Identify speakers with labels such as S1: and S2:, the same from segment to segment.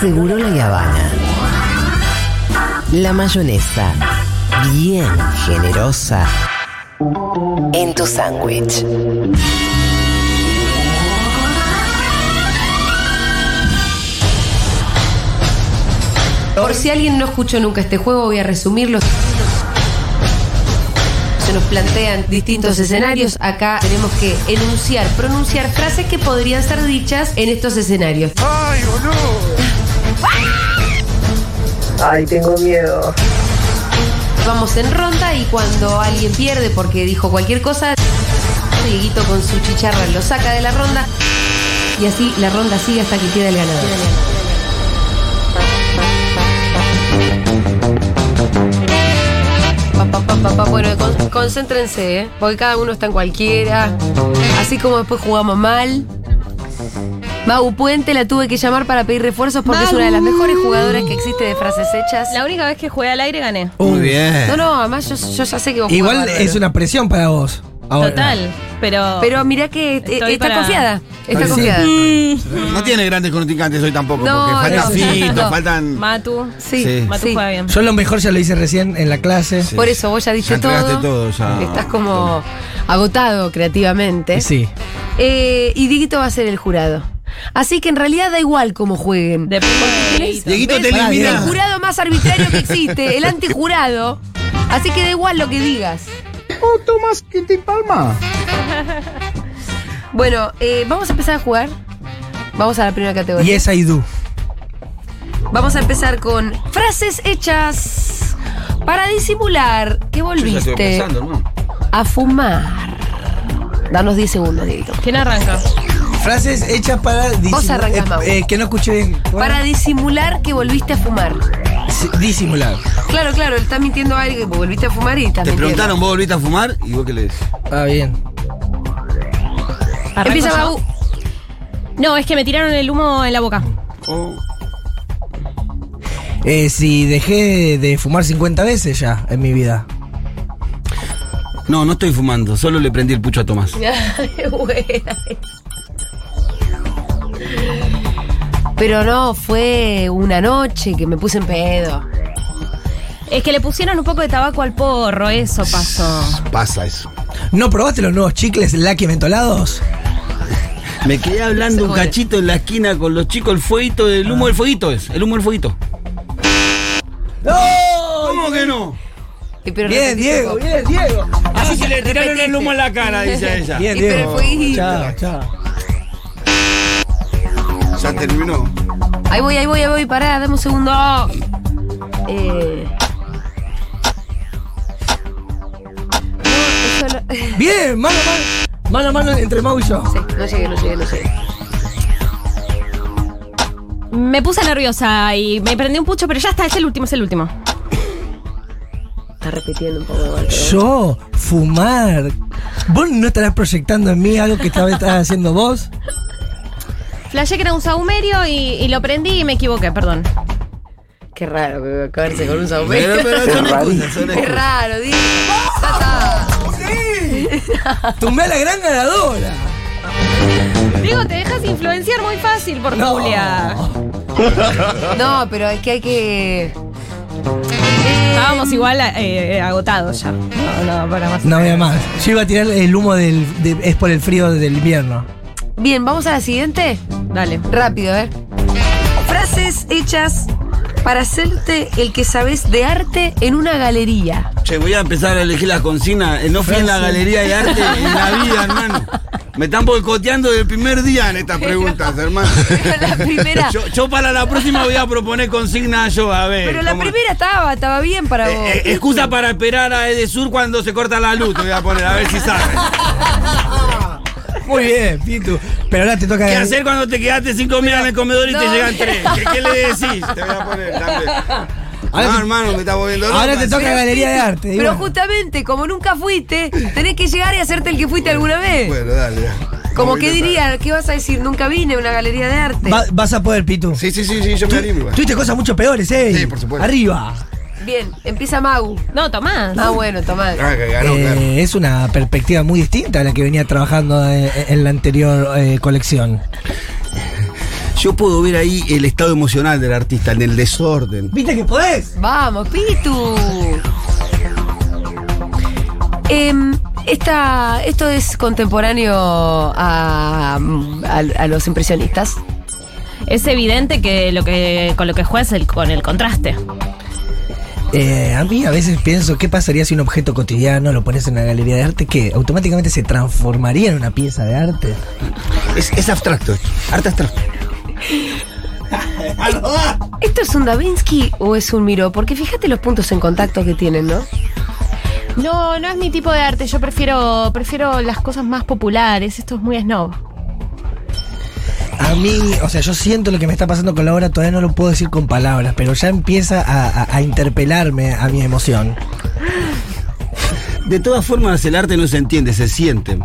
S1: Seguro la Habana. La mayonesa, bien generosa, en tu sándwich.
S2: Por si alguien no escuchó nunca este juego, voy a resumirlo. Se nos plantean distintos escenarios. Acá tenemos que enunciar, pronunciar frases que podrían ser dichas en estos escenarios.
S3: ¡Ay, boludo!
S4: Ay, tengo miedo.
S2: Vamos en ronda y cuando alguien pierde porque dijo cualquier cosa, Dieguito con su chicharra lo saca de la ronda. Y así la ronda sigue hasta que queda el ganador. Pa, pa, pa, pa, pa. Bueno, con- concéntrense, ¿eh? porque cada uno está en cualquiera. Así como después jugamos mal. Mau Puente la tuve que llamar para pedir refuerzos porque es una de las mejores jugadoras que existe de frases hechas.
S5: La única vez que jugué al aire gané.
S6: Muy
S7: Eh.
S6: bien.
S2: No, no, además yo, yo ya sé que vos
S6: Igual
S2: jugás,
S6: es
S2: bárbaro.
S6: una presión para vos. ahora.
S5: Total. Pero.
S2: Pero mirá que eh,
S5: Estoy
S2: está
S5: para-
S2: confiada. Está
S6: Sí.
S2: confiada.
S7: No tiene grandes contrincantes hoy tampoco,
S2: No,
S7: porque faltan
S2: no.
S7: Fito,
S2: No.
S7: faltan.
S5: Matu.
S2: Sí,
S7: Sí.
S5: Matu
S2: sí.
S5: juega bien.
S6: Yo lo mejor ya lo hice recién en la clase.
S7: Sí.
S2: Por eso vos ya diste
S7: Ya
S2: todo.
S7: entregaste todo, ya.
S2: Estás como agotado creativamente.
S6: Y Sí.
S2: Eh, y Dieguito va a ser el jurado. Así que en realidad da igual cómo jueguen.
S5: De
S7: Dieguito te
S6: Pará,
S2: el
S7: elimina.
S2: jurado más arbitrario que existe, el antijurado. Así que da igual lo que digas.
S3: ¡Oh, Tomás, que te palma!
S2: Bueno, eh, vamos a empezar a jugar. Vamos a la primera categoría.
S6: Yes, I do.
S2: Vamos a empezar con frases hechas para disimular que volviste
S7: ¿no?
S2: a fumar. Danos 10 segundos, Dieguito.
S5: ¿Quién arranca?
S6: Frases hechas para
S2: Vos
S6: disimular.
S2: arrancás, Mau.
S6: que no escuché bien.
S2: Para disimular que volviste a fumar.
S6: Sí, disimular.
S2: Claro, claro, él está mintiendo a alguien que volviste a fumar y está
S7: Te
S2: mintiendo.
S7: preguntaron, ¿vos volviste a fumar? ¿Y vos qué le decís?
S6: Ah, bien.
S5: ¿Arranco
S2: Empieza
S5: yo?
S2: Babu.
S5: No, es que me tiraron el humo en la boca.
S2: Oh.
S6: Eh, si dejé de fumar 50 veces ya en mi vida.
S7: No, no estoy fumando, solo le prendí el pucho a Tomás.
S2: Pero no, fue una noche que me puse en pedo.
S5: Es que le pusieron un poco de tabaco al porro, eso pasó.
S7: Pasa eso.
S6: ¿No probaste los nuevos chicles Lucky mentolados?
S7: Me quedé hablando un cachito en la esquina con los chicos, el fueguito, el humo del fueguito es, el humo del fueguito. ¡No! ¿Cómo que no?
S2: Y pero
S6: Bien,
S2: repetiste
S6: Diego,
S2: poco.
S6: bien, Diego.
S7: Así se le tiraron el humo en la cara, dice ella.
S6: Bien,
S2: Y pero
S6: Diego.
S2: el fueguito.
S6: Chao, chao.
S7: Ya terminó.
S2: Ahí voy, ahí voy, ahí voy, pará, dame un segundo. Eh. No, eso no.
S6: Bien, mano a mano. Mano a mano entre Mau y yo.
S2: Sí, no llegué, no llegué, no llegué.
S5: Me puse nerviosa y me prendí un pucho, pero ya está, es el último, es el último.
S2: Está repitiendo un poco igual. pero bueno.
S6: Yo, fumar. ¿Vos no estarás proyectando en mí algo que estaba- estás haciendo vos?
S5: Flashé que era un saumerio y, y lo prendí y me equivoqué, perdón.
S2: Qué raro que acabarse con un
S7: Pero,
S2: saumerio.
S7: pero son excusas, son
S2: Qué
S7: excusas.
S2: raro, Diego. Ya está.
S6: Tumbé a la gran ganadora.
S5: Diego, te dejas influenciar muy fácil por
S6: No.
S5: Julia.
S2: No, pero es que hay que. eh,
S5: Estábamos igual eh, agotados ya. No, no, para más.
S6: No había más. Yo iba a tirar el humo del. de- es por el frío del invierno.
S2: Bien, vamos a la siguiente.
S5: Dale.
S2: Rápido, a ver. Frases hechas para hacerte el que sabes de arte en una galería.
S7: Che, voy a empezar a elegir las consignas. Eh, No fui en la galería de arte en la vida, hermano. Me están boicoteando desde el primer día en estas preguntas, hermano.
S2: Pero la primera.
S7: Yo, eh, yo para la próxima voy a proponer consignas yo, a ver.
S2: Pero la
S7: ¿cómo?
S2: primera estaba, estaba bien para
S7: Eh,
S2: vos.
S7: eh, excusa para esperar a Edesur cuando se corta la luz, te voy a poner, a ver si sabes.
S6: Muy bien, Pitu. Pero ahora te toca.
S7: ¿Qué hacer cuando te quedaste cinco minutos en el comedor y te
S2: Eh. no.
S7: llegan tres? ¿Qué, qué le decís? Te voy a poner también.
S6: Ahora
S7: no,
S6: te-
S7: hermano, me está volviendo
S6: Ahora
S7: loca.
S6: te toca galería de arte. y
S2: Pero
S6: bueno.
S2: justamente, como nunca fuiste, tenés que llegar y hacerte el que fuiste alguna vez.
S7: Bueno, dale. dale.
S2: como
S7: Voy a
S2: que
S7: intentar.
S2: diría, ¿qué vas a decir? Nunca vine a una galería de arte.
S6: Va- vas a poder, Pitu.
S7: Sí, sí, sí, sí, yo me animo. igual.
S6: Tuviste cosas mucho peores, ¿eh?
S7: Sí, por supuesto.
S6: Arriba.
S2: Bien, empieza Mau.
S5: No, Tomás.
S2: Ah, bueno, Tomás.
S7: Ah, que ganó,
S6: Eh,
S7: claro.
S6: es una perspectiva muy distinta a la que venía trabajando eh, en la anterior eh, colección.
S7: Yo puedo ver ahí el estado emocional del artista, en el desorden.
S6: ¿Viste que podés?
S2: Vamos, Pitu. Em, esta, esto es contemporáneo a, a- a los impresionistas.
S5: Es evidente que lo que con lo que juegas es el, con el contraste.
S6: Eh, a mí a veces pienso, ¿qué pasaría si un objeto cotidiano lo pones en una galería de arte que automáticamente se transformaría en una pieza de arte?
S7: Es, es abstracto esto. Arte abstracto.
S2: ¿Esto es un Davinsky o es un Miró? Porque fíjate los puntos en contacto que tienen, ¿no?
S8: No, no es mi tipo de arte. Yo prefiero, prefiero las cosas más populares. Esto es muy snob.
S6: A mí, o sea, yo siento lo que me está pasando con la obra, todavía no lo puedo decir con palabras, pero ya empieza a, a- a interpelarme a mi emoción.
S7: De todas formas, el arte no se entiende, se siente.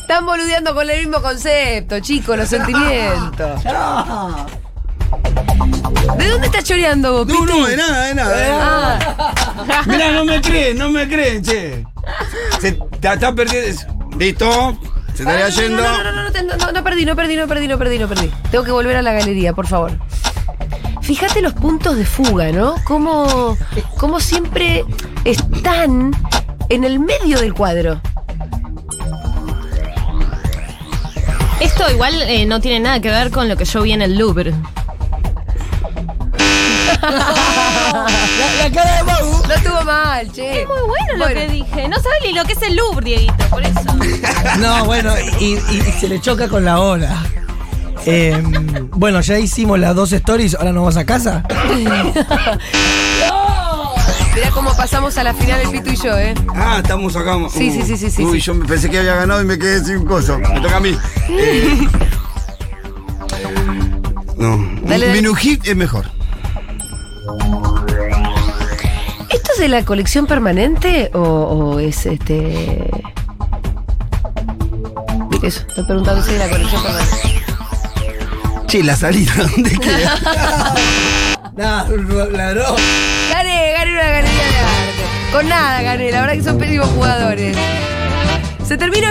S2: Están boludeando con el mismo concepto, chicos, los sentimientos. ¿De dónde estás choreando vos,
S7: No,
S2: Pitu?
S7: no, de nada, de nada. de nada.
S2: Ah,
S7: Mirá, no me creen, no me creen, che. Se te está perdiendo. Listo. Se
S2: Ah, no,
S7: estaría yendo.
S2: No, no, no, no, te- no, no, no perdí, no perdí, no perdí, no perdí, no perdí. Tengo que volver a la galería, por favor. Fíjate los puntos de fuga, ¿no? Cómo, cómo siempre están en el medio del cuadro.
S5: Esto igual eh, no tiene nada que ver con lo que yo vi en el Louvre.
S6: La, cara de Mau.
S2: No estuvo mal, che.
S5: Muy bueno lo
S2: Bueno.
S5: que dije. No sabes ni lo que es el Louvre, Dieguito, por eso.
S6: No, bueno, y, y- y se le choca con la hora. Em, bueno, ya hicimos las dos stories, ahora nos vamos a casa.
S2: Mirá cómo pasamos a la final el Pitu y yo, ¿eh?
S7: Ah, estamos acá.
S2: Sí, sí, sí, sí, sí,
S7: Uy,
S2: sí.
S7: yo me pensé que había ganado y me quedé sin coso. Me toca a mí. Eh, no.
S2: Dale, dale.
S7: Minujit es mejor.
S2: ¿Esto es de la colección permanente o, o es este.? Eso, estoy preguntando si es de la colección permanente.
S7: Che, la salida, ¿dónde queda?
S6: No, claro.
S2: Gané, gané una galería de arte. Con nada gané, la verdad que son pésimos jugadores. Se termina.